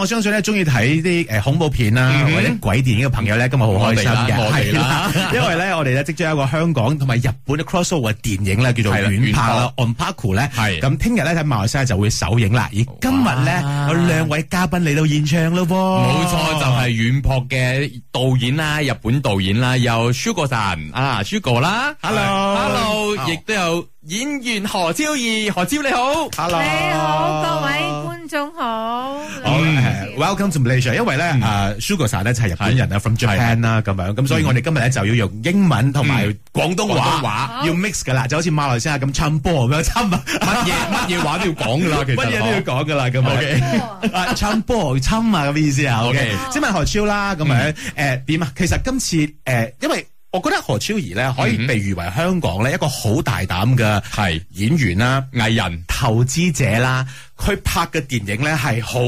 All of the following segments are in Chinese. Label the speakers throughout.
Speaker 1: 我相信咧，中意睇啲誒恐怖片啦，
Speaker 2: 嗯
Speaker 1: 或者鬼電影嘅朋友咧，今日好開心嘅，
Speaker 2: 我哋啦我哋啦
Speaker 1: 係 因為咧我哋咧即將有一個香港同埋日本嘅 crossover 電影咧，叫做
Speaker 2: 係啦
Speaker 1: 《遠拍》啦
Speaker 2: 遠，
Speaker 1: 《On Park》咧，
Speaker 2: 係
Speaker 1: 咁聽日咧喺馬來西亞就會首映啦。而今日咧
Speaker 2: 哇
Speaker 1: 有兩位嘉賓嚟到現場咯噃，
Speaker 2: 冇錯，就係遠博嘅導演啦，日本導演啦，有 Sugar 神啊，Sugar 啦
Speaker 1: Hello
Speaker 2: ，Hello，
Speaker 1: Hello
Speaker 2: 亦都有演員何超儀，何超你好。
Speaker 1: Hello，
Speaker 3: 你好，各位觀眾好。
Speaker 1: 好
Speaker 3: 你好
Speaker 1: 誒，Welcome to Malaysia。因為
Speaker 2: 嗯
Speaker 1: 咧，誒 Sugar San 咧就係日本人啦，from Japan 啦咁樣，咁所
Speaker 2: 嗯
Speaker 1: 以我哋今日咧就要用英文同埋廣東
Speaker 2: 廣
Speaker 1: 話
Speaker 2: 東話
Speaker 1: 要 mix 噶啦，就好似馬來西亞咁唱波咁樣，差唔多
Speaker 2: 乜嘢 乜嘢話都要講噶 啦，其實
Speaker 1: 乜嘢都要
Speaker 2: 嗬
Speaker 1: 講噶啦，咁樣。啊，侵波侵啊咁嘅意思啊，OK，
Speaker 2: OK 嗯
Speaker 1: 先問何超啦，咁樣誒點啊？其實今次誒，因為我覺得何超儀咧
Speaker 2: 嗯
Speaker 1: 可以被譽為香港咧一個好大膽嘅
Speaker 2: 係
Speaker 1: 演員啦、
Speaker 2: 藝人
Speaker 1: 投資者啦，佢拍嘅電影咧係好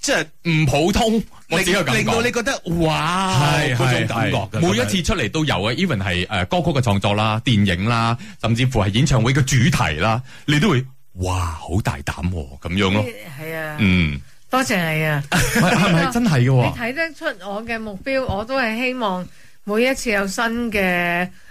Speaker 1: 即係
Speaker 2: 唔普通，我只有咁
Speaker 1: 令到你
Speaker 2: 講。
Speaker 1: 覺得哇
Speaker 2: 係
Speaker 1: 嗰種感覺
Speaker 2: 係
Speaker 1: 嘅，
Speaker 2: 每一次出嚟都有嘅，even 係誒歌曲嘅創作啦、電影啦，甚至乎係演唱會嘅主題啦，你都會哇好大膽喎咁樣咯。
Speaker 3: 係啊，
Speaker 2: 嗯，
Speaker 3: 多謝你啊！
Speaker 2: 係
Speaker 3: Ờ.
Speaker 2: 咪真係嘅
Speaker 3: 你
Speaker 2: 喎？
Speaker 3: 睇得出我嘅目標，我都係希望每一次有新嘅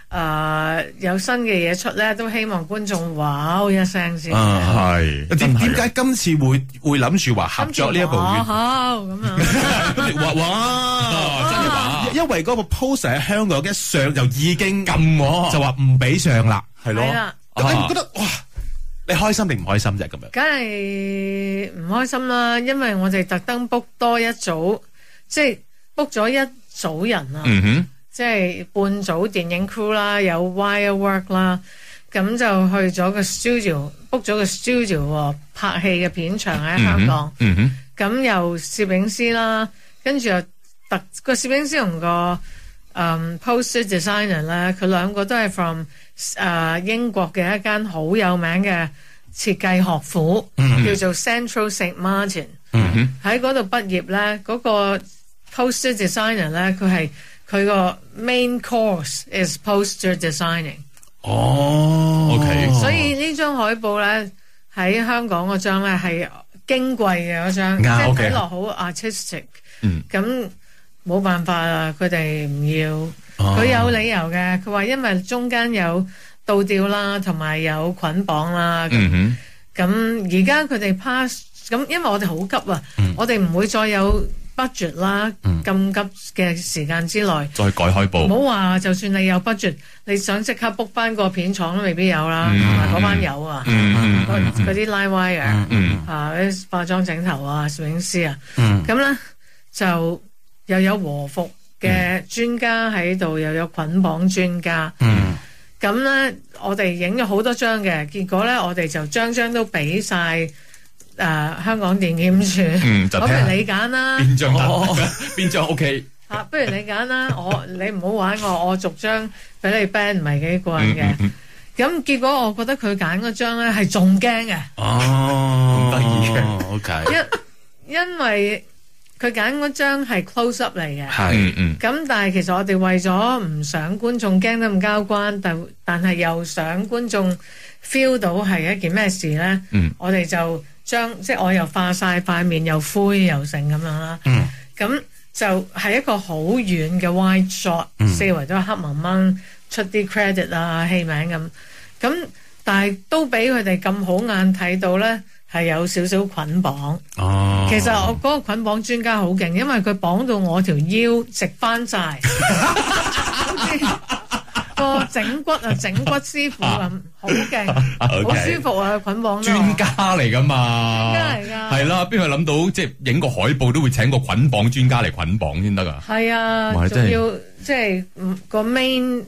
Speaker 3: 诶、呃有新嘅嘢出咧，都希望觀眾哇一聲先。
Speaker 2: Ờ.
Speaker 1: 啊
Speaker 2: 係
Speaker 1: 點點解今次會會諗住話合
Speaker 3: 跟住
Speaker 1: 作呢一部
Speaker 3: 哇
Speaker 1: 片？
Speaker 3: 好咁樣，
Speaker 2: 哇哇，真係話
Speaker 1: 因因為嗰個 poster 喺香港一上就已經
Speaker 2: 撳我
Speaker 1: 就話唔俾上啦，係
Speaker 3: 係啦
Speaker 1: 咁你
Speaker 2: 啊
Speaker 1: 覺得哇，你開心定唔開心啫？咁樣
Speaker 3: 梗係唔開心啦，因為我哋特登 book 多一組，即係 book 咗一組人啊。
Speaker 2: 嗯哼，
Speaker 3: 即係半組電影 crew 啦，有 wirework 啦，咁就去咗個 studio，book 咗個 studio 喎拍戲嘅片場喺香港，
Speaker 2: 嗯哼，
Speaker 3: 咁、又攝影師啦，跟住又特個攝影師同個誒 poster designer 咧，佢兩個都係 from 誒、英國嘅一間好有名嘅設計學府，叫做 Central St Martin。
Speaker 2: 嗯哼，
Speaker 3: 喺嗰度畢業咧，嗰、個 poster designer 咧，佢係佢個 main course is poster designing，、
Speaker 1: 哦
Speaker 2: OK
Speaker 3: 所以呢張海報咧喺香港嗰張咧係矜貴嘅嗰張，即
Speaker 1: 啱
Speaker 3: 係
Speaker 1: OK
Speaker 3: 睇落好 artistic。
Speaker 2: 嗯
Speaker 3: 咁冇辦法啦，佢哋唔要。
Speaker 1: 哦
Speaker 3: 佢有理由嘅，佢話因為中間有倒吊啦，同埋有捆綁啦。咁
Speaker 2: 嗯哼，
Speaker 3: 咁而家佢哋 pass 咁，因為我哋好急啊，
Speaker 1: 嗯
Speaker 3: 我哋唔會再有 budget 啦，咁、急嘅時間之內，
Speaker 2: 再改開部，
Speaker 3: 唔好話就算你有 budget，你想即刻 book 翻個片廠都未必有啦，同埋嗰班友啊，
Speaker 2: 嗯嗯
Speaker 3: 嗰嗰啲 line wire、
Speaker 2: 嗯
Speaker 3: 啊，啲化妝整頭啊，攝影師啊，
Speaker 1: 嗯
Speaker 3: 咁咧、就又有和服嘅專家喺度，又有捆綁專家。
Speaker 1: 嗯
Speaker 3: 咁咧，我哋影咗好多張嘅，結果咧，我哋就張張都俾晒誒香港電檢處。
Speaker 2: 嗯就睇
Speaker 3: 我不
Speaker 2: 下
Speaker 3: 如你揀啦，
Speaker 2: 邊張得，邊張 OK，
Speaker 3: 嚇，不如你揀啦，我你唔好玩我，我逐張俾你 ban 唔係幾過癮嘅。咁結果我覺得佢揀嗰張咧係仲驚嘅，
Speaker 1: 哦
Speaker 2: 咁得意嘅
Speaker 1: ，OK，
Speaker 3: 因因為佢揀嗰張係 close up 嚟嘅。
Speaker 2: 嗯嗯，
Speaker 3: 咁但係其實我哋為咗唔想觀眾驚得咁交關，但但係又想觀眾 feel 到係一件咩事呢？
Speaker 2: 嗯
Speaker 3: 我哋就將即係我又化晒塊面，又灰又成咁樣啦。
Speaker 1: 嗯
Speaker 3: 咁、就係一個好遠嘅 wide shot，、四
Speaker 2: 嗯
Speaker 3: 圍都係黑蒙蒙，出啲 credit 啊戲名咁。咁但係都俾佢哋咁好眼睇到呢，係有少少捆綁。
Speaker 1: 哦
Speaker 3: 其實我嗰個捆綁專家好勁，因為佢綁到我條腰直 翻晒，好似個整骨啊整骨師傅咁，好勁，好
Speaker 2: OK
Speaker 3: 舒服啊！捆綁得我
Speaker 2: 專家嚟噶嘛，
Speaker 3: 專家嚟㗎
Speaker 2: 係啦，邊個諗到即係影個海報都會請個捆綁專家嚟捆綁先得啊？
Speaker 3: 係
Speaker 2: 哇
Speaker 3: 啊，
Speaker 2: 真係
Speaker 3: 仲要即係唔個 main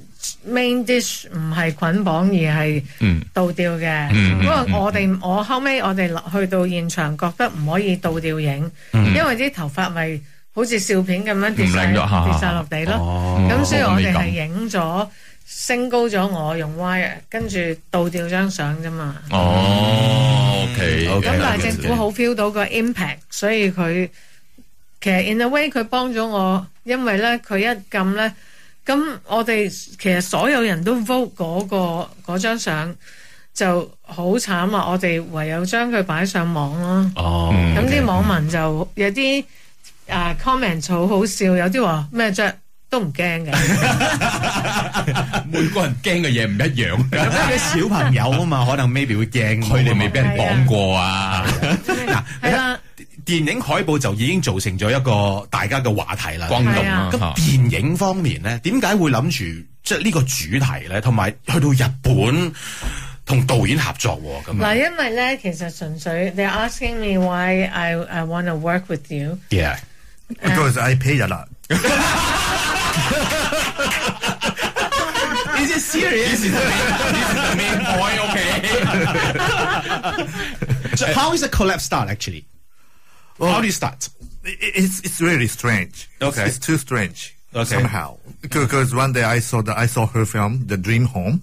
Speaker 3: main dish 唔係捆綁而係
Speaker 2: 嗯
Speaker 3: 倒吊嘅。
Speaker 2: 嗯嗯
Speaker 3: 不過我哋我後尾我哋落去到現場覺得唔可以倒吊影，因為啲頭髮咪好似笑片咁樣跌晒
Speaker 2: 嗯唔靚
Speaker 3: 跌
Speaker 2: 咗嚇
Speaker 3: 晒落地咯。
Speaker 1: 哦
Speaker 3: 咁所以我哋係
Speaker 2: 咁
Speaker 3: 影咗升高咗我用 wire，跟住倒掉張相啫嘛。
Speaker 2: 哦，OK，
Speaker 1: 嗯
Speaker 3: 咁
Speaker 1: OK，
Speaker 3: 但係政府好 feel 到個 impact，所以佢其實 in a way 佢幫咗我，因為咧佢一撳咧，咁我哋其實所有人都 vote 嗰、個嗰張相，就好慘啊！我哋唯有將佢擺上網咯。
Speaker 1: 哦
Speaker 2: 嗯
Speaker 3: 咁
Speaker 1: OK
Speaker 3: 啲網民就有啲啊 comment 好好笑，有啲話咩啫都唔驚嘅，
Speaker 2: 每個人驚嘅嘢唔一樣，
Speaker 1: 小朋友啊嘛，可能 maybe 會驚
Speaker 2: 佢哋未俾人綁過啊。
Speaker 3: 係啦，
Speaker 1: 電影海報就已經造成咗一個大家嘅話題啦。
Speaker 2: 轟動啊！
Speaker 1: 咁電影方面咧，點解會諗住即係呢個主題咧，同埋去到日本同導演合作喎咁啊
Speaker 3: 嗱，
Speaker 1: 樣
Speaker 3: 因為咧其實純粹 they're asking me why I I want to work with you。
Speaker 1: ？Yeah，
Speaker 4: Because I pay a lot.
Speaker 1: Is it serious?
Speaker 2: Main point OK，
Speaker 1: How is the collab start actually? How do you start?
Speaker 4: I- i- It's it's really strange. It's-
Speaker 1: Okay.
Speaker 4: It's, too strange.
Speaker 1: Okay.
Speaker 4: Somehow, because one day I saw the I saw her film, The Dream Home,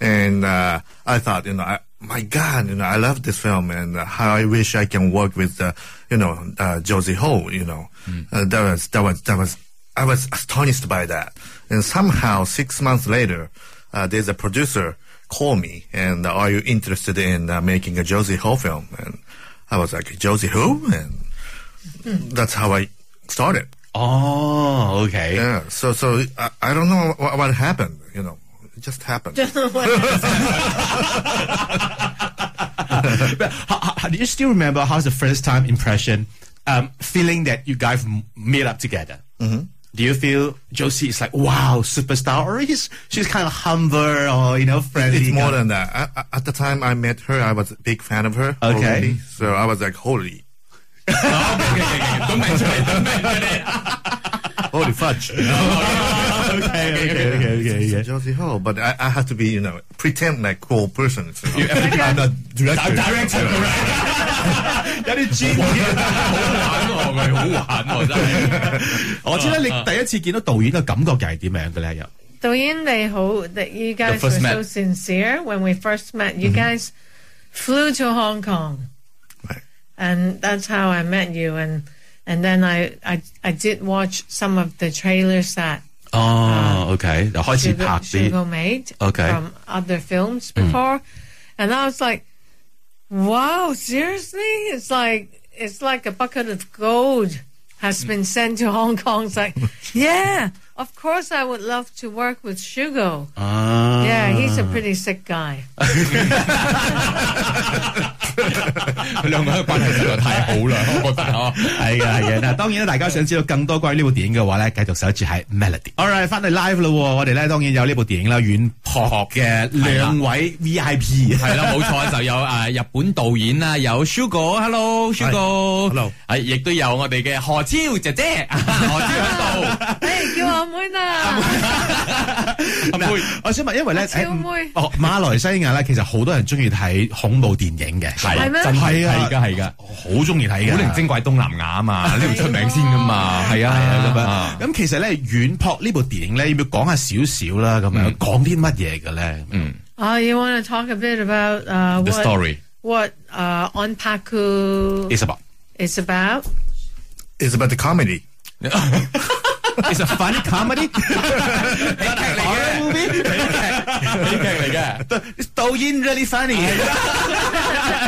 Speaker 4: and uh, I thought, you know, I, my God, you know, I love this film, and uh, how I wish I can work with, uh, you know, uh, Josie Ho. You know, uh, that was that was that was I was astonished by that, and somehow six months later, uh, there's a producer call me and uh, are you interested in uh, making a Josie Ho film? And I was like, Josie Ho, and that's how I started.
Speaker 1: 哦，OK，
Speaker 4: Yeah. So so I, I don't know what, what happened. You know, it just happened.
Speaker 1: But how, how, do you still remember how's the first time impression? Um, feeling that you guys m- meet up together.
Speaker 4: Mm-hmm.
Speaker 1: Do you feel Josie is like wow superstar, or he's she's kind of humble or you know friendly?
Speaker 4: it's more
Speaker 1: kind of-
Speaker 4: than that. I, I, at the time I met her, I was a big fan of her.
Speaker 1: Okay.
Speaker 4: Already. So I was like, holy,
Speaker 2: 咁明出嚟，咁 明出嚟。
Speaker 4: holy fudge. You know?
Speaker 1: okay, okay, okay, okay,
Speaker 4: It's
Speaker 1: yeah.
Speaker 4: Josie Ho, but I, I had to be, you know, pretend like cool person. So.
Speaker 2: I'm a director.
Speaker 4: director.
Speaker 1: 有啲專 業。
Speaker 2: 好玩喎，佢好玩喎，真係。
Speaker 1: Oh, 我知啦，你第一次見到導演嘅感覺又係點樣嘅咧？又
Speaker 3: 導演你好，that you guys
Speaker 2: The
Speaker 3: were
Speaker 2: first
Speaker 3: so
Speaker 2: met. Mm-hmm.
Speaker 3: sincere when we first met. You guys flew to Hong Kong,
Speaker 4: Right.
Speaker 3: and that's how I met you. And and then I I I did watch some of the trailers that
Speaker 1: 哦，OK，就開
Speaker 3: Uh, Sugar, Sugar made
Speaker 1: Okay.
Speaker 3: from other films
Speaker 2: Mm.
Speaker 3: before, and I was like, "Wow, seriously? It's like it's like a bucket of gold
Speaker 2: Mm.
Speaker 3: has been sent to Hong Kong." It's like, yeah, of course, I would love to work with Sugar.
Speaker 1: 啊
Speaker 3: Yeah, he's
Speaker 2: Uh.
Speaker 3: a pretty sick guy.
Speaker 2: 佢兩個嘅關係實在太好啦，我覺得啊。
Speaker 1: 係嘅，係嘅。嗱，當然啦，大家想知道更多關於呢部電影嘅話咧，繼續守住喺 Melody。All right，翻嚟 live 啦喎，我哋咧當然有呢部電影啦，遠撲嘅兩位 VIP。
Speaker 2: 係啦，冇錯就有啊日本導演啦，有 Sugo，Hello Sugo，Hello，
Speaker 4: Hello
Speaker 2: 係亦都有我哋嘅何超姐 姐，何超喺度，
Speaker 3: Hey, you are Muna.
Speaker 1: 嗱我想問，因為咧，
Speaker 3: 超妹
Speaker 1: 誒哦，馬來西亞咧，其實好多人中意睇恐怖電影嘅，
Speaker 2: 係
Speaker 3: 係咩
Speaker 2: 真係
Speaker 1: 係啊
Speaker 2: 係㗎係㗎，
Speaker 1: 好中意睇嘅。
Speaker 2: 古靈精怪東南亞啊嘛，呢度出名先㗎嘛，係
Speaker 1: 係啊咁
Speaker 2: 啊
Speaker 1: 樣。咁其實咧，遠撲呢部電影咧，要唔要講下少少啦？咁
Speaker 2: 嗯
Speaker 1: 樣講啲乜嘢嘅咧？嗯，
Speaker 3: Oh, you want to talk a bit about uh,
Speaker 2: The
Speaker 3: what
Speaker 2: story
Speaker 3: what uh, Onpaku
Speaker 1: Isabel。
Speaker 3: is about?
Speaker 4: It's about the comedy.
Speaker 1: It's a funny comedy
Speaker 2: 喜劇嚟嘅
Speaker 1: movie.
Speaker 2: 喜劇嚟嘅。
Speaker 1: 導演 really funny.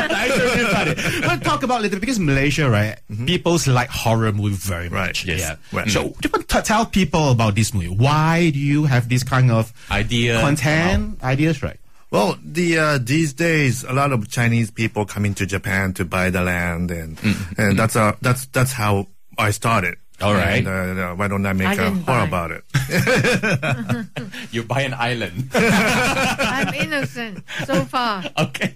Speaker 1: Director really funny. Let's talk about little because Malaysia, right? People like horror movie very much.
Speaker 4: Right, yes.
Speaker 1: Yeah.
Speaker 4: Right.
Speaker 1: So, do you want to tell people about this movie? Why do you have this kind of uh,
Speaker 2: idea
Speaker 1: content ideas, right?
Speaker 4: Well, the uh, these days, a lot of Chinese people coming to Japan to buy the land, and and that's uh, that's that's how I started.
Speaker 2: All right.
Speaker 4: And, uh, why don't I make
Speaker 3: I
Speaker 4: a
Speaker 3: didn't
Speaker 4: horror
Speaker 3: buy.
Speaker 4: about it?
Speaker 2: You buy an island.
Speaker 3: I'm innocent so far.
Speaker 2: OK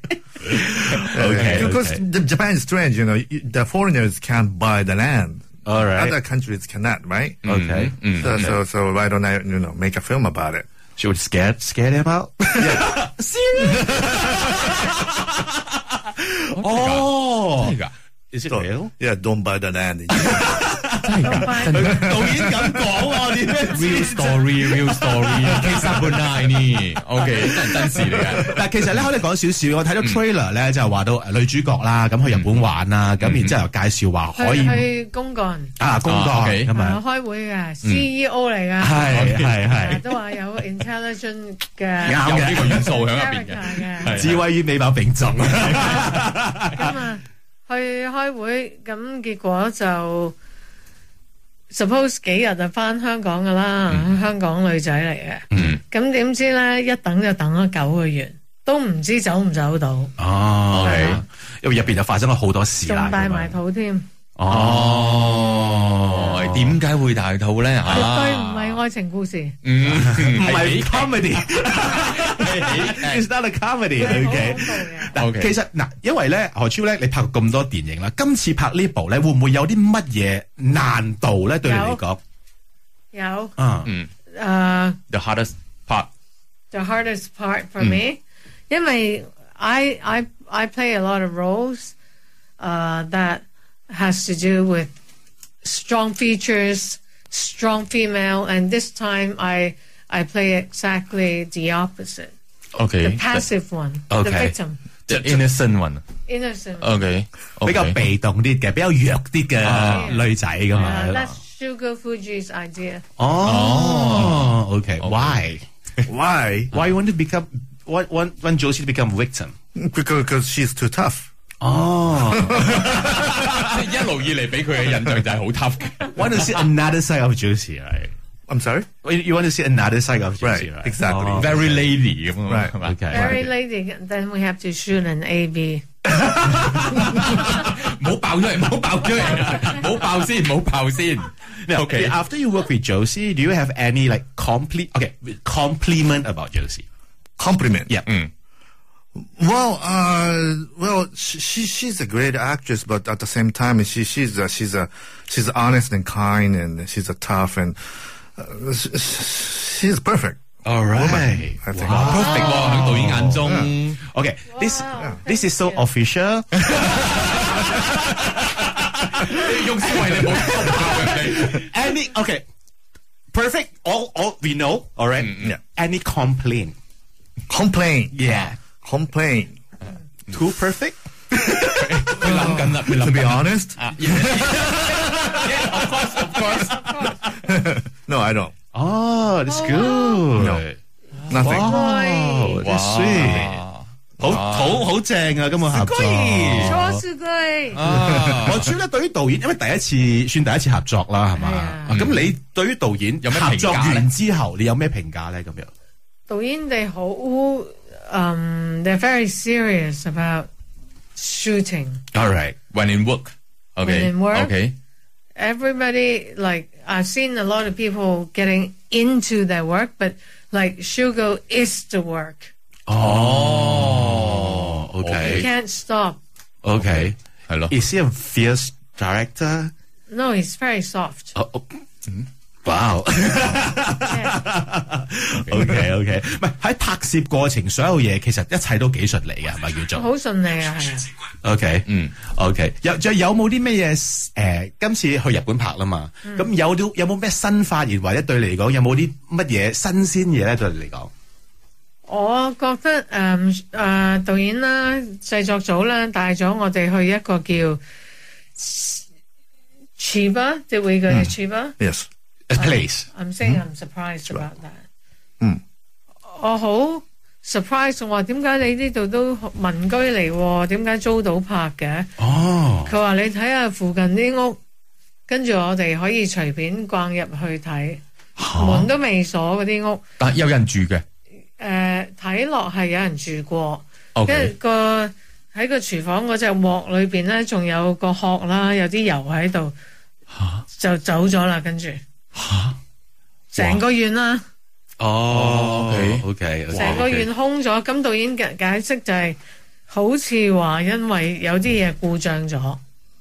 Speaker 1: Okay,
Speaker 4: because
Speaker 1: okay.
Speaker 4: the- Japan is strange, you know. you- The foreigners can't buy the land.
Speaker 1: All right. Mm,
Speaker 4: Other Mm-hmm. countries cannot, right?
Speaker 1: Okay.
Speaker 4: So, so, so why don't I, you know, make a film about it?
Speaker 1: She would scare scare them out. Serious? oh.
Speaker 2: 㗎
Speaker 1: Is it
Speaker 4: So,
Speaker 1: real? Oh!
Speaker 4: Yeah, don't buy the land.
Speaker 5: 真係㗎真係
Speaker 1: 導演咁講啊，點樣
Speaker 2: Real
Speaker 1: 知
Speaker 2: story，real story，K 三半 nine 呢？OK，真人嗯真事嚟 嘅。
Speaker 1: 但其實咧，可以講少少。我睇到 trailer 咧，就係話到呃女主角啦，咁去日本玩
Speaker 2: 嗯
Speaker 1: 啦，咁然之後又介紹話可
Speaker 3: 去
Speaker 1: 以
Speaker 3: 去公幹，
Speaker 1: 啊工作
Speaker 2: 啊，OK
Speaker 1: 咁
Speaker 3: 啊
Speaker 1: 啊，
Speaker 3: 開會嘅
Speaker 2: Mm.
Speaker 3: CEO 嚟㗎，
Speaker 1: 係係
Speaker 3: 啊
Speaker 1: 係，
Speaker 3: 都話有 intelligent 嘅
Speaker 1: 啱
Speaker 2: 有呢個
Speaker 1: 嘅，
Speaker 2: 元素喺入邊
Speaker 3: character
Speaker 2: 嘅，
Speaker 3: 嘅。
Speaker 2: 係
Speaker 1: 智慧與美貌並 重。
Speaker 3: 咁啊，去開會，咁結果就 suppose 幾日就翻香港噶啦，香港女仔嚟嘅。
Speaker 2: 嗯，
Speaker 3: 咁點知咧，一等就等咗九個月，都唔知走唔走到，
Speaker 1: 哦
Speaker 3: 係
Speaker 1: ，OK，
Speaker 3: 啊
Speaker 1: 因為入邊就發生咗好多事啦
Speaker 3: 仲。帶
Speaker 1: 咁
Speaker 3: 埋
Speaker 1: 樣
Speaker 3: 肚添，
Speaker 2: 哦，點解會大肚咧？
Speaker 3: 絕
Speaker 2: 啊
Speaker 3: 對唔係愛情故事，
Speaker 2: 嗯，
Speaker 1: 唔
Speaker 2: 唔
Speaker 1: 係 comedy，it's
Speaker 2: 係
Speaker 1: not a
Speaker 3: 係好
Speaker 1: comedy，OK
Speaker 3: 恐。怖嘅。
Speaker 1: 嗱
Speaker 2: OK
Speaker 1: 其實嗱，因為咧何超咧，你拍過咁多電影啦，今次拍呢部咧，會唔會有啲乜嘢難度咧？對你嚟講，
Speaker 3: 有
Speaker 1: 啊，
Speaker 2: 嗯
Speaker 3: 誒
Speaker 2: ，the hardest part，
Speaker 3: the hardest part for me，因為 I I I play a lot of roles，uh, that has to do with strong features, strong female, and this time I I play exactly the opposite, the
Speaker 2: OK，
Speaker 3: passive one, the
Speaker 2: Okay. Oh,
Speaker 3: victim,
Speaker 2: the innocent
Speaker 3: innocent. one.
Speaker 2: one，OK，
Speaker 1: 比較被動啲嘅，比較弱啲
Speaker 2: 啊
Speaker 1: 嘅女仔㗎
Speaker 3: Uh,
Speaker 1: 嘛。
Speaker 3: that's Sugar Fuji's idea.
Speaker 1: 哦，OK，why
Speaker 4: Why?
Speaker 1: why you want to become why want want Josie to become victim？
Speaker 4: Because, because she's too tough.
Speaker 1: 哦
Speaker 2: 即 係一路以嚟俾佢嘅印象就係好 tough 嘅。
Speaker 1: ，want to see another side of Josie，right？
Speaker 4: I'm sorry?
Speaker 1: You want to see another side of Josie，
Speaker 4: Right, exactly.
Speaker 1: Oh,
Speaker 2: Very lady 咁啊
Speaker 4: Right，
Speaker 2: 係嘛
Speaker 1: OK，
Speaker 3: Very lady. Then we have to shoot an A B.
Speaker 2: 唔好爆出嚟，唔好爆 出嚟，唔好爆先，唔好爆先。OK，
Speaker 1: After you work with Josie, do you have any like complete okay compliment about Josie?
Speaker 4: Compliment.
Speaker 1: Yeah.
Speaker 2: 嗯，
Speaker 4: Well, uh, well, she, she she's a great actress, but at the same time, she she's a, she's a she's honest and kind, and she's a tough and uh, sh- sh- she's perfect.
Speaker 1: All right.
Speaker 4: I think.
Speaker 2: perfect 喎，喺導演眼中。
Speaker 1: Okay. This
Speaker 3: Wow.
Speaker 1: this is so official.
Speaker 2: 用思維你冇咁爆人哋。
Speaker 1: Any okay. Perfect. All all we know. All right.
Speaker 4: yeah.
Speaker 1: Any complaint?
Speaker 4: Complain,
Speaker 1: Yeah.
Speaker 4: complain.
Speaker 1: Too perfect?
Speaker 2: 佢諗緊啦，佢諗
Speaker 4: To
Speaker 2: 緊
Speaker 4: be honest,
Speaker 1: Ah.
Speaker 2: Yeah, of course, of course.
Speaker 4: no, I don't.
Speaker 1: Oh, that's good.
Speaker 4: No. Nothing.
Speaker 1: Oh, that's sweet. 好好好正啊！今日合作，
Speaker 3: Sugoi.
Speaker 1: 我主要咧對於導演，因為第一次算第一次合作啦，係嘛
Speaker 3: 係啊？
Speaker 1: 咁你對於導演
Speaker 2: 有咩
Speaker 1: 合作
Speaker 2: 評價呢
Speaker 1: 完之後，你有咩評價咧？咁樣？
Speaker 3: um, they are very serious about shooting.
Speaker 2: All right, when in work, okay,
Speaker 3: When in work.
Speaker 2: okay.
Speaker 3: Everybody, like, I've seen a lot of people getting into their work, but like, Shugo is the work.
Speaker 1: Oh,
Speaker 3: You
Speaker 1: okay,
Speaker 3: can't stop.
Speaker 1: okay.
Speaker 2: 係咯，
Speaker 1: Is he a fierce director?
Speaker 3: No, he's very soft.
Speaker 1: Oh, oh, wow. OK OK，唔係喺拍攝過程所有嘢其實一切都幾順利嘅，係咪叫做
Speaker 3: 好順利啊，係啊。
Speaker 1: ？OK，嗯，OK。有仲有冇啲咩嘢？誒，今次去日本拍啦嘛，咁有啲有冇咩新發現或者對你嚟講有冇啲乜嘢新鮮嘢咧？對你嚟講，
Speaker 3: 我覺得誒誒導演啦、製作組啦帶咗我哋去一個叫 Chiba，即係會嘅 Chiba。
Speaker 4: Yes.
Speaker 1: A place。
Speaker 3: I'm saying I'm surprised about that。
Speaker 4: 嗯，
Speaker 3: 我好 surprise，我話點解你呢度都民居嚟喎？點解租到拍嘅？
Speaker 1: 哦
Speaker 3: 佢話你睇下附近啲屋，跟住我哋可以隨便逛入去睇，門都未鎖嗰啲屋。
Speaker 2: 但有人住嘅
Speaker 3: 誒睇落係有人住過，跟住
Speaker 2: ，OK，
Speaker 3: 個喺個廚房嗰只鑊裏邊咧，仲有個殼啦，有啲油喺度，就走咗啦。跟住成個院啦，
Speaker 1: 哦，OK OK，
Speaker 3: 成個院空咗。咁導演嘅解釋就係、好似話因為有啲嘢故障咗，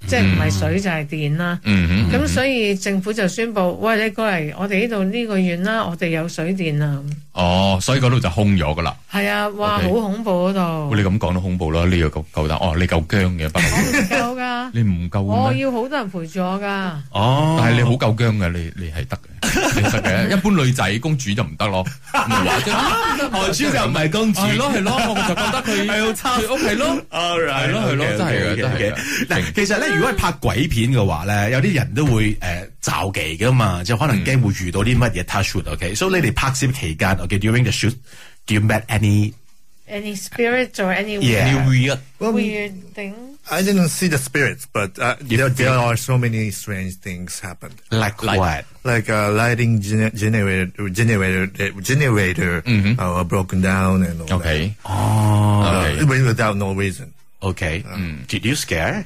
Speaker 3: 即係唔係水就係電啦。
Speaker 2: 嗯
Speaker 3: 咁所以政府就宣布，喂，你過嚟我哋呢度呢個院啦，我哋有水電啦。
Speaker 2: 哼，哦，所以嗰度就空咗噶啦。
Speaker 3: 係啊，哇，好
Speaker 2: OK
Speaker 3: 恐怖嗰度
Speaker 2: 你。咁講都恐怖啦，呢個夠夠膽，哦，你夠僵嘅，不過
Speaker 3: 我唔夠噶，
Speaker 2: 你唔夠嘅
Speaker 3: 我
Speaker 2: 咩？
Speaker 3: 要好多人陪住我噶。
Speaker 1: 哦，
Speaker 2: 但係你好夠僵嘅， 你你係得嘅，你得嘅。一般女仔公主就唔得咯，唔話啫。
Speaker 1: 韓珠就唔係公主。
Speaker 2: 係咯係咯，我就覺得佢
Speaker 1: 係好差
Speaker 2: 佢屋企咯。
Speaker 1: Alright，
Speaker 2: 係咯係咯
Speaker 1: OK，
Speaker 2: 真係嘅
Speaker 1: OK，
Speaker 2: 真係
Speaker 1: OK 嗯
Speaker 2: 嘅
Speaker 1: 嗱，其實咧，如果係拍鬼片嘅話咧，有啲人都會誒罩忌噶嘛，就可能驚會遇到啲乜嘢 touch wood。OK，所以你哋拍攝期間，OK，during the shoot，do you met any
Speaker 3: Any spirit or any
Speaker 1: Yeah.
Speaker 2: New Year
Speaker 4: Well,
Speaker 3: weird thing？
Speaker 4: I didn't see the spirits, but uh, there, there are so many strange things happened.
Speaker 1: like
Speaker 2: Like-
Speaker 1: what？
Speaker 4: Like a lighting gener- generator, generator, generator
Speaker 1: Mm-hmm.
Speaker 4: uh, were broken down and all
Speaker 2: OK，
Speaker 1: 哦
Speaker 4: that.
Speaker 2: OK
Speaker 4: Uh, without no reason.
Speaker 1: ，OK，嗯，Did you scare？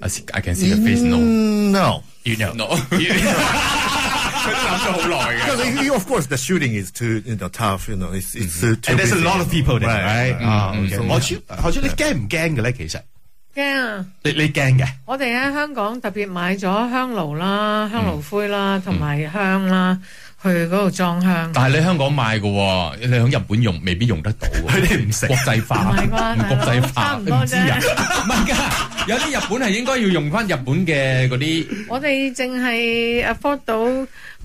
Speaker 2: I see- I can see the face no
Speaker 4: Mm, no.
Speaker 1: You know。
Speaker 2: no，佢 諗咗好耐嘅。
Speaker 4: Because you- you- of course the shooting is too you know tough you know it's it's uh, too
Speaker 1: Mm-hmm. And there's a
Speaker 4: busy,
Speaker 1: lot of
Speaker 4: you
Speaker 1: people
Speaker 4: know.
Speaker 1: there, right？啊，OK
Speaker 4: 嗯
Speaker 1: 何珠，何珠，你驚唔驚嘅咧？其實，
Speaker 3: 驚啊！
Speaker 1: 你你驚嘅？
Speaker 3: 我哋喺香港特別買咗香爐啦、香爐灰啦、同埋香啦，去嗰度裝香。
Speaker 2: 但係你香港買嘅喎，你喺日本用未必用得到 喎。
Speaker 1: 佢哋唔食
Speaker 2: 國際化，
Speaker 3: 唔係啩
Speaker 2: 唔國際
Speaker 3: 差
Speaker 2: 化，
Speaker 3: 唔多
Speaker 2: 唔知啊，
Speaker 3: 啫
Speaker 2: 唔係㗎。有啲日本係應該要用翻日本嘅嗰啲，
Speaker 3: 我哋淨係 afford 到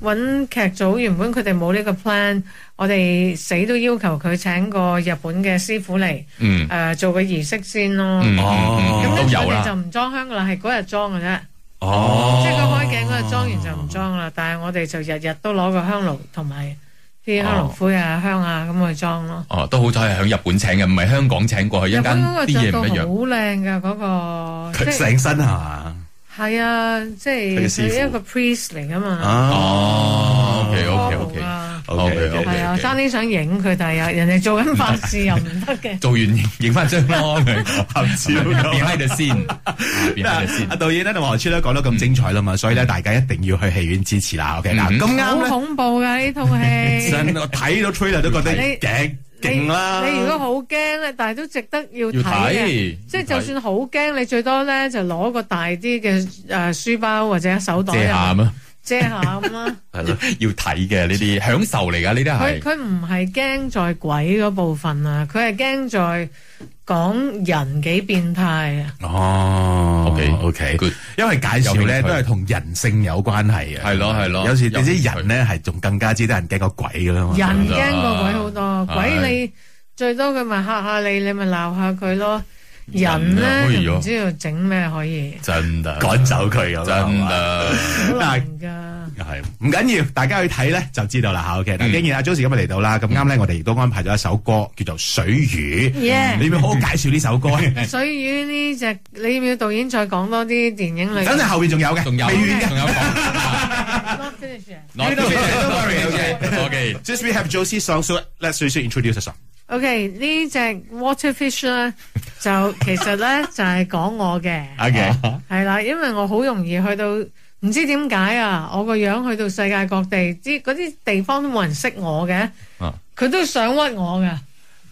Speaker 3: 揾劇組，原本佢哋冇呢個 plan，我哋死都要求佢請個日本嘅師傅嚟，誒、
Speaker 2: 嗯
Speaker 3: 做個儀式先咯。
Speaker 2: 嗯，
Speaker 1: 哦
Speaker 2: 嗯
Speaker 3: 咁
Speaker 2: 嗯
Speaker 3: 跟
Speaker 2: 都
Speaker 3: 住佢
Speaker 2: 有
Speaker 3: 哋就
Speaker 2: 啦。
Speaker 3: 唔裝香噶啦，係嗰日裝嘅啫，
Speaker 1: 哦
Speaker 3: 即係佢開鏡嗰日裝完就唔裝啦。但係我哋就日日都攞個香爐同埋啲香爐灰啊、香啊咁去裝咯。
Speaker 2: 哦，都好彩係喺日本請嘅，唔係香港請過去，一
Speaker 3: 日
Speaker 2: 間
Speaker 3: 本嗰個
Speaker 2: 啲
Speaker 3: 着
Speaker 2: 嘢
Speaker 3: 到
Speaker 2: 唔
Speaker 3: 好
Speaker 2: 一樣。
Speaker 3: 靚噶，嗰個即
Speaker 1: 佢
Speaker 3: 係
Speaker 1: 成身係嘛？
Speaker 3: 係啊，即
Speaker 1: 佢嘅
Speaker 3: 係
Speaker 1: 師傅
Speaker 3: 佢一個 priest 嚟噶
Speaker 2: 啊
Speaker 3: 嘛，
Speaker 2: 哦，OK OK
Speaker 3: Horrible
Speaker 2: OK
Speaker 3: 啊
Speaker 2: OK
Speaker 1: OK，OK，OK
Speaker 2: OK，
Speaker 3: 係啊，爭啲想影佢，但係有人哋做緊法事又唔得嘅。
Speaker 2: 做完影影翻張 咯，合照，behind the scene，behind the
Speaker 1: 嗱
Speaker 2: scene。
Speaker 1: 阿導演咧同埋何超咧講得咁精彩啦嘛，所以咧大家一定要去戲院支持啦。OK，嗱
Speaker 2: 嗯
Speaker 1: 咁
Speaker 3: 好
Speaker 1: 啱咧，
Speaker 3: 恐怖㗎呢套戲。
Speaker 1: 真我睇到 trailer 都覺得
Speaker 3: 你
Speaker 1: 勁勁啦。
Speaker 3: 你你如果好驚咧，但係都值得要睇
Speaker 2: 要
Speaker 3: 嘅
Speaker 2: 睇。
Speaker 3: 即係
Speaker 2: 要睇
Speaker 3: 就算好驚，你最多咧就攞個大啲嘅誒書包或者手袋
Speaker 2: 借下咁
Speaker 3: 入
Speaker 2: 啊，
Speaker 3: 遮下咁啦。
Speaker 2: 要睇嘅呢啲享受嚟噶，呢啲係
Speaker 3: 佢佢唔係驚在鬼嗰部分啊，佢係驚在講人幾變態啊。
Speaker 1: 哦
Speaker 2: OK，
Speaker 1: OK
Speaker 2: good
Speaker 1: 因為介紹咧
Speaker 2: 有興趣
Speaker 1: 都係同人性有關係嘅。
Speaker 2: 係咯係咯
Speaker 1: 有時你
Speaker 2: 有
Speaker 1: 知
Speaker 2: 興趣
Speaker 1: 人咧係仲更加之得人驚過鬼㗎啦嘛。
Speaker 3: 人
Speaker 2: 哦真㗎
Speaker 3: 驚過鬼好多，
Speaker 2: 唉
Speaker 3: 鬼你最多佢咪嚇下你，你咪鬧下佢咯。人
Speaker 2: 人啊哎
Speaker 3: 咧
Speaker 2: 呀
Speaker 3: 就唔知道整咩可以，
Speaker 2: 真的，
Speaker 1: 趕走佢咁樣
Speaker 2: 真
Speaker 1: 係嘛
Speaker 2: 的。
Speaker 3: 好難噶。
Speaker 1: 系唔緊要，大家去睇咧就知道啦吓。OK，嗱，既然阿 j o s 今日嚟到啦，咁啱咧，我哋亦都安排咗一首歌叫做《水魚》，
Speaker 3: Yeah
Speaker 1: 你要唔要好好介紹呢首 歌？
Speaker 3: 水魚呢只，你要唔要導演再講多啲電影裏？
Speaker 1: 等陣後面仲有嘅，
Speaker 2: 仲有，
Speaker 1: 未完嘅。
Speaker 2: 仲有 講。
Speaker 3: Not finish 啊
Speaker 1: Don't worry,
Speaker 2: OK OK。
Speaker 1: Since we have Josie's song, so let's also introduce the song.
Speaker 3: OK，呢只 Waterfish 咧，就其實咧就係講我嘅。
Speaker 1: OK，
Speaker 3: 係啦，因為我好容易去到唔知點解啊，我個樣去到世界各地，啲嗰啲地方都冇人識我嘅
Speaker 2: 啊，
Speaker 3: 佢都想屈我嘅。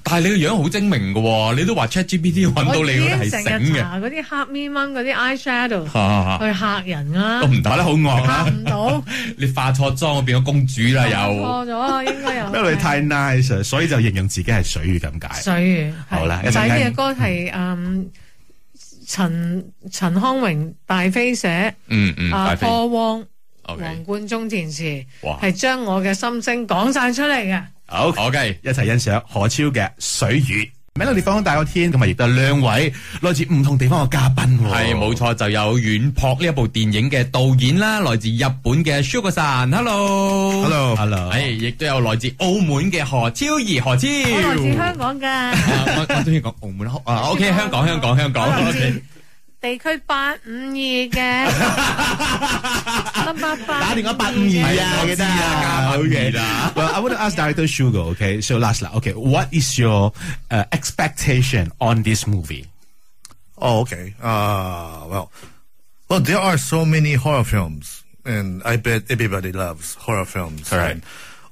Speaker 2: 但係你個樣好精明嘅喎，你都話 ChatGPT 揾到
Speaker 3: 我
Speaker 2: 你
Speaker 3: 已
Speaker 2: 嗰啲係
Speaker 3: 經成
Speaker 2: 醒
Speaker 3: 日
Speaker 2: 嘅
Speaker 3: 搽嗰啲黑咪蚊嗰啲 eye shadow
Speaker 2: 嚇，嚇
Speaker 3: 去嚇人啊
Speaker 2: 都，唔打得好惡
Speaker 3: 嚇
Speaker 2: 啦。
Speaker 3: 唔到，
Speaker 2: 你化錯妝，我變咗公主啦又。
Speaker 3: 錯咗啊，應該有。
Speaker 1: 因為你太 nice，所以就形容自己係水魚咁解。
Speaker 3: 水魚。
Speaker 1: 好啦
Speaker 3: 係
Speaker 1: 一陣間
Speaker 3: 但係呢隻歌係嗯陳陳康榮大飛寫，
Speaker 2: 嗯嗯，
Speaker 3: 啊
Speaker 2: 大飛
Speaker 3: 破汪
Speaker 2: OK
Speaker 3: 黃冠中填詞，
Speaker 2: 哇
Speaker 3: 係將我嘅心聲講晒出嚟嘅。
Speaker 1: 好。
Speaker 2: OK。
Speaker 1: 一齊欣賞何超嘅《水魚》。Melody 放工大過天，咁啊亦都有兩位來自唔同地方嘅嘉賓喎。
Speaker 2: 系冇錯，就有《遠撲》呢一部電影嘅導演啦，來自日本嘅 Sugar San，Hello，Hello，
Speaker 1: Hello，Hello
Speaker 2: 係哎亦都有來自澳門嘅何超儀，何超，
Speaker 3: 我來自香港㗎。
Speaker 2: 啊我我中意講澳門啊，OK，香港，香港，香港
Speaker 3: 我來自
Speaker 2: ，OK，
Speaker 3: 地區八五二嘅 number 八
Speaker 1: 打電話八五二啊，我記得啊。
Speaker 2: 我知
Speaker 1: OK
Speaker 2: 啊加八五二啦
Speaker 1: Well, I want to ask director Sugar. Okay, so last, lah, okay, what is your uh, expectation on this movie?
Speaker 4: Oh, okay. Uh, well, well, there are so many horror films, and I bet everybody loves horror films.
Speaker 1: Correct.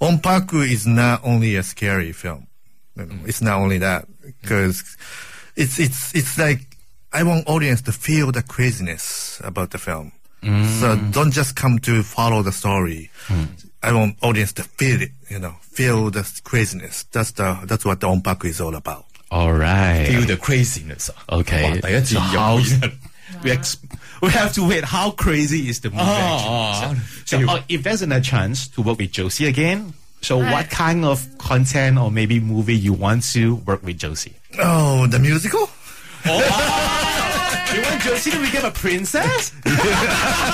Speaker 4: And Onpaku is not only a scary film. You know, It's not only that because it's it's it's like I want audience to feel the craziness about the film. So don't just come to follow the story. I want audience to feel it. You know, feel the craziness. That's the that's what the Onpaku is all about.
Speaker 1: All
Speaker 2: feel
Speaker 1: right.
Speaker 2: the craziness 啊。
Speaker 1: Okay.
Speaker 2: 哇第一次
Speaker 1: So
Speaker 2: 入
Speaker 1: how's-
Speaker 2: 演
Speaker 1: We, ex- we have to wait. How crazy is the movie?
Speaker 2: Oh,
Speaker 1: actually? so, so, uh, if there's a chance to work with Josie again, so
Speaker 3: Uh,
Speaker 1: what kind of content or maybe movie you want to work with Josie?
Speaker 4: Oh, the musical?
Speaker 1: You want Josie to become a princess?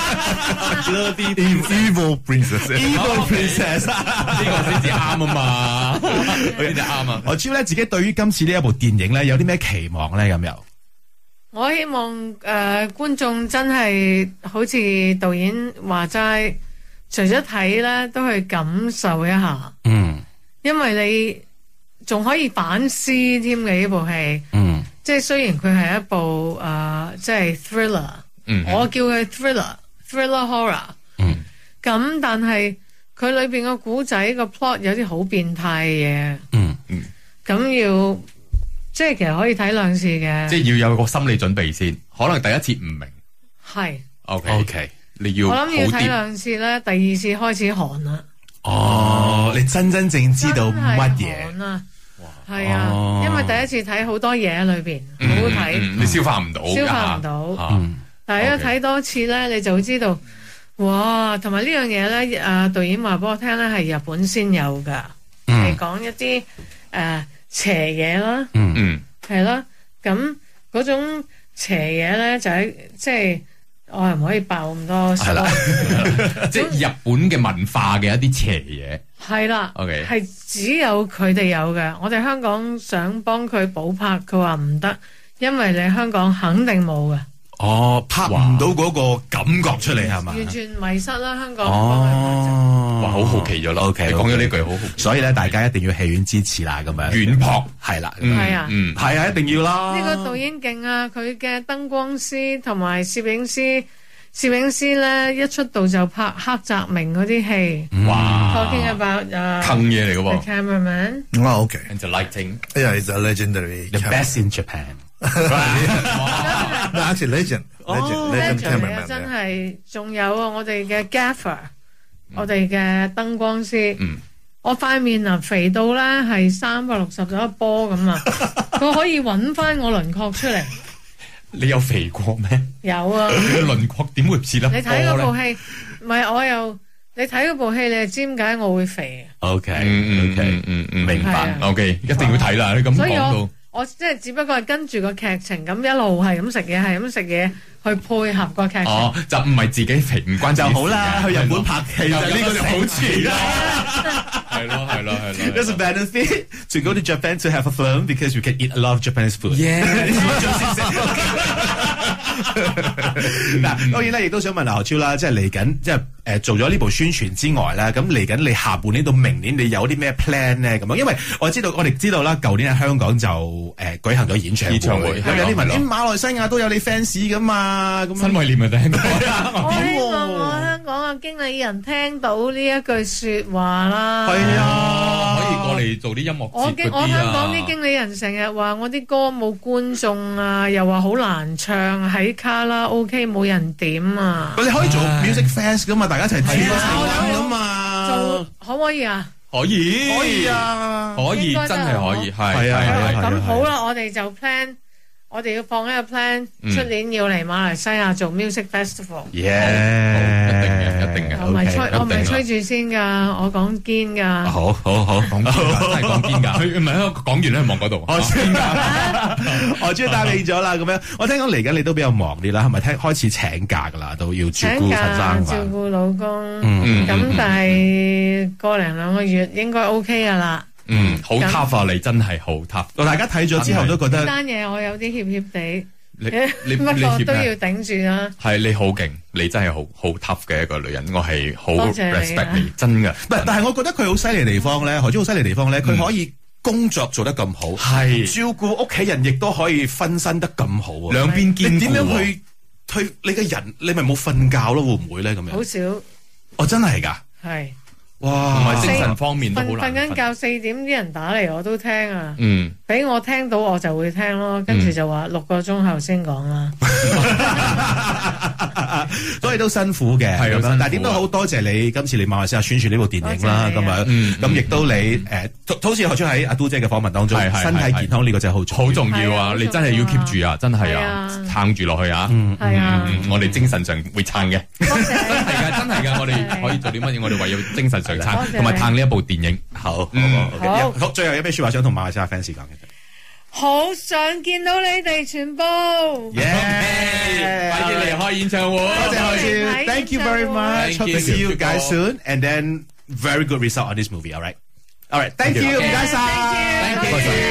Speaker 2: bloody 呢
Speaker 4: Evil, evil princess.
Speaker 2: Oh,
Speaker 1: Evil princess。
Speaker 2: 個先至啱啊嘛，呢啲啱啊。
Speaker 1: 我知咧，自己對於今次呢一部電影咧，有啲咩期望咧？咁又
Speaker 3: 我希望诶、呃、观众真係好似導演話齋，除咗睇咧，都去感受一下，
Speaker 1: 嗯
Speaker 3: 因為你仲可以反思添嘅呢部戲。
Speaker 1: 嗯
Speaker 3: 即係雖然佢係一部诶、呃即係 thriller，、我叫佢 thriller，thriller horror。
Speaker 1: 嗯
Speaker 3: 咁但係佢裏边個古仔個 plot 有啲好變態嘅嘢，
Speaker 1: 嗯
Speaker 3: 咁要即係其實可以睇兩次嘅，
Speaker 2: 即係要有個心理準備先，可能第一次唔明
Speaker 3: 係。
Speaker 2: ，OK
Speaker 1: ，OK。
Speaker 2: 你要
Speaker 3: 我
Speaker 2: 好
Speaker 3: 諗要睇
Speaker 2: 啲。
Speaker 3: 兩次咧，第二次開始寒啦，
Speaker 1: 哦，你真真正知道乜
Speaker 3: 真係
Speaker 1: 嘢？
Speaker 3: 寒啦，係啊，
Speaker 1: 哦
Speaker 3: 因為第一次睇好多嘢裏边好好睇，
Speaker 2: 嗯你消化唔到㗎，
Speaker 3: 消化唔到
Speaker 2: 啊
Speaker 3: 但係一
Speaker 2: OK
Speaker 3: 睇多次咧，你就知道，哇！同埋呢樣嘢咧，啊導演話俾我聽咧，係日本先有㗎，
Speaker 1: 嗯
Speaker 3: 係講一啲诶邪嘢啦。
Speaker 2: 嗯，
Speaker 3: 係啦，咁嗰種邪嘢咧就喺即係我係唔可以爆咁多
Speaker 1: 係啦
Speaker 2: 即係日本嘅文化嘅一啲邪嘢。
Speaker 3: 係啦，
Speaker 2: OK
Speaker 3: 係只有佢哋有嘅。我哋香港想幫佢補拍，佢話唔得，因為你香港肯定冇嘅，
Speaker 1: 哦，拍唔到嗰個感覺出嚟係嘛？
Speaker 3: 完全迷失啦香港。
Speaker 1: 哦，
Speaker 2: 哇，好好奇咗啦。
Speaker 1: OK，
Speaker 2: 你講咗呢句好好奇，
Speaker 1: 所以咧，大家一定要戲院支持啦，咁樣
Speaker 2: 軟撲。
Speaker 1: 係啦，
Speaker 2: 嗯
Speaker 3: 係啊
Speaker 2: 嗯，
Speaker 1: 係啊，一定要啦。
Speaker 3: 呢個導演勁啊！佢嘅燈光師同埋攝影師，攝影師咧一出道就拍黑澤明嗰啲戲。
Speaker 2: 嗯哇
Speaker 3: Talking about
Speaker 2: 坑
Speaker 3: uh,
Speaker 2: 嘢嚟嘅
Speaker 3: the
Speaker 2: 喎
Speaker 3: cameraman。
Speaker 4: Oh, okay.
Speaker 2: ，and the lighting，
Speaker 4: Yeah, it's a legendary.
Speaker 1: The
Speaker 4: camera.
Speaker 1: best in Japan。
Speaker 4: No, actually, legend. Legend. legend
Speaker 3: Legend 嚟
Speaker 4: cameraman.
Speaker 3: 啊，真
Speaker 4: yeah.
Speaker 3: 係，仲有啊，我哋嘅 Gaffer，我
Speaker 2: 嗯
Speaker 3: 哋嘅燈光師，我塊面啊肥到咧係三百六十度一波 咁啊，佢可以揾翻我輪廓出嚟，
Speaker 2: 你有肥過咩？
Speaker 3: 有啊，
Speaker 2: 你嘅輪廓點會似得
Speaker 3: 你
Speaker 2: 多
Speaker 3: 睇嗰部
Speaker 2: 咧？
Speaker 3: 戲，唔係我又，你睇嗰部戲，你就知點解我會肥啊
Speaker 1: OK，
Speaker 2: 嗯嗯
Speaker 1: OK，
Speaker 2: 嗯嗯嗯
Speaker 1: 明白
Speaker 3: 係。啊
Speaker 2: OK，一定要睇啦。你咁
Speaker 3: 啊，所
Speaker 2: 嗯講
Speaker 3: 以我
Speaker 2: 到，
Speaker 3: 我即係只不過係跟住個劇情咁一路係咁食嘢，係咁食嘢去配合個劇情。
Speaker 2: 哦，就唔係自己肥，唔關
Speaker 1: 就好啦，去
Speaker 2: 自己事嘅
Speaker 1: 日本拍戲嗯就呢個就好似啦。
Speaker 2: 係咯係咯係咯
Speaker 1: There's a benefit to go to Japan to have a film because you can eat a lot of Japanese food. Yeah，嗱，當然咧，亦都想問何超啦，即係嚟緊，即係誒做咗呢部宣傳之外啦，咁嚟緊你下半年到明年，你有啲咩 plan 咧？咁樣，因為我知道我哋知道啦，舊年喺香港就誒、呃、舉行咗演唱會，
Speaker 2: 演唱會
Speaker 1: 咁有啲
Speaker 2: 係
Speaker 1: 問，
Speaker 2: 咯
Speaker 1: 咦馬來西亞都有你 fans 噶嘛？咁
Speaker 2: 新
Speaker 1: 樣
Speaker 2: 維廉咪第一個。
Speaker 3: 我希望我香港嘅經理人聽到呢一句説話啦。
Speaker 1: 係啊，
Speaker 2: 可以過嚟做啲音樂
Speaker 3: 我
Speaker 2: 節
Speaker 3: 經
Speaker 2: 嗰
Speaker 3: 我
Speaker 2: 啲
Speaker 3: 香港
Speaker 2: 啊
Speaker 3: 啲。經理人成日話我啲歌冇觀眾啊，又話好難唱，喺卡拉 OK 冇人點啊，
Speaker 1: 你可以做 music fans 噶嘛？大家一齊啊跳一齊玩噶
Speaker 3: 做
Speaker 1: 嘛？
Speaker 3: 可唔可以啊？
Speaker 2: 可以，
Speaker 1: 可以，啊！
Speaker 2: 可以
Speaker 3: 應該
Speaker 2: 真
Speaker 3: 得啊
Speaker 2: 係可以，係
Speaker 1: 係啊係啊
Speaker 2: 係
Speaker 1: 係
Speaker 3: 咁好啦，我哋就 plan，我哋要放一個 plan，
Speaker 2: 嗯
Speaker 3: 出年要嚟馬來西亞做 music festival。
Speaker 1: 耶！
Speaker 2: 好一定嘅一定嘅
Speaker 3: 我唔係吹，
Speaker 2: 一定
Speaker 3: 我唔係
Speaker 2: 啦
Speaker 3: 吹住先㗎，我講堅㗎。
Speaker 1: 好好好，
Speaker 2: 講堅㗎真係講堅㗎，哦佢唔係講完咧，望嗰度。啊
Speaker 1: 我先我終於答應咗啦。咁樣，我聽講嚟緊你都比較忙啲啦，係咪？聽開始請假噶啦，都要照
Speaker 3: 請
Speaker 1: 顧陳
Speaker 3: 假
Speaker 1: 生
Speaker 3: 照
Speaker 1: 嘛。
Speaker 3: 顧老公，
Speaker 1: 嗯
Speaker 2: 嗯
Speaker 3: 咁但係個零兩個月應該 OK 㗎啦。
Speaker 2: 嗯，好 tough 啊，你真係好 tough。
Speaker 1: 大家睇咗之後都覺
Speaker 3: 呢
Speaker 1: 得
Speaker 3: 單嘢我有啲怯怯地，
Speaker 2: 你你
Speaker 3: 不
Speaker 2: 你
Speaker 3: 過
Speaker 2: 協
Speaker 3: 都要
Speaker 2: 咩？
Speaker 3: 頂住啊啦。
Speaker 2: 係你好勁，你真係好好 tough 嘅一個女人，我係好
Speaker 3: 多謝你啊
Speaker 2: respect 你，真嘅。
Speaker 1: 唔係，但係我覺得佢好犀利嘅地方咧，何珠好犀利嘅地方咧，佢可以工作做得咁好，
Speaker 2: 嗯係
Speaker 1: 照顧屋企人亦都可以分身得咁好啊。
Speaker 2: 兩邊兼顧
Speaker 1: 你
Speaker 2: 喎。
Speaker 1: 點樣去去你嘅人，你咪冇瞓覺咯？會唔會咧咁
Speaker 3: 好
Speaker 1: 樣？
Speaker 3: 少
Speaker 1: 我真係㗎，
Speaker 3: 係
Speaker 2: 同
Speaker 1: 哇
Speaker 2: 埋！精
Speaker 3: 四
Speaker 2: 神方面都
Speaker 3: 瞓
Speaker 2: 好
Speaker 3: 哦瞓
Speaker 2: 難
Speaker 3: 緊
Speaker 2: 分。
Speaker 3: 覺，四點啲人打嚟我都聽啊，
Speaker 2: 嗯，
Speaker 3: 俾我聽到我就會聽咯，跟住就話六個鐘後先講啦。
Speaker 1: 所以都辛苦嘅。
Speaker 2: 係啊
Speaker 1: 咁
Speaker 2: 辛苦
Speaker 1: 樣
Speaker 2: 啊
Speaker 1: 但係點都好多謝你今次嚟馬來西亞宣傳呢部電影啦，
Speaker 3: 多謝
Speaker 1: 咁
Speaker 3: 你啊
Speaker 1: 樣
Speaker 2: 嗯
Speaker 1: 咁亦都你誒，好好似學出喺阿都姐嘅訪問當中，
Speaker 2: 係係係
Speaker 1: 身體健康呢個真係好重
Speaker 2: 好
Speaker 1: 要。
Speaker 2: 重要
Speaker 3: 係啊
Speaker 2: 啊！你真係要 keep 住啊，真係啊
Speaker 3: 係啊，
Speaker 2: 撐住落去啊！嗯
Speaker 3: 係啊
Speaker 2: 嗯我哋精神上會撐嘅，
Speaker 3: 多謝
Speaker 2: 係噶，真係噶，我哋可以做啲乜嘢？我哋唯有精神上
Speaker 3: 多
Speaker 2: 撐，
Speaker 3: 謝
Speaker 2: 同埋撐呢一部電影。
Speaker 1: 好，好
Speaker 2: 嗯
Speaker 1: 好
Speaker 3: 好
Speaker 1: 好好最後有咩説話想同馬來西亞 fans 講嘅？
Speaker 3: 好想見到你哋全部。
Speaker 1: 耶！
Speaker 2: 快啲離開演唱會，
Speaker 1: 多謝
Speaker 3: 多
Speaker 1: 老
Speaker 3: 謝
Speaker 1: 師，Thank you very much.
Speaker 2: Thank
Speaker 1: Hope to
Speaker 2: you.
Speaker 1: see you guys
Speaker 2: Good
Speaker 1: soon, and then very good result on this movie. All right, all right. Thank you，
Speaker 2: you.
Speaker 1: 唔該
Speaker 3: Yeah,
Speaker 1: 晒。
Speaker 3: thank you.
Speaker 2: Thank you.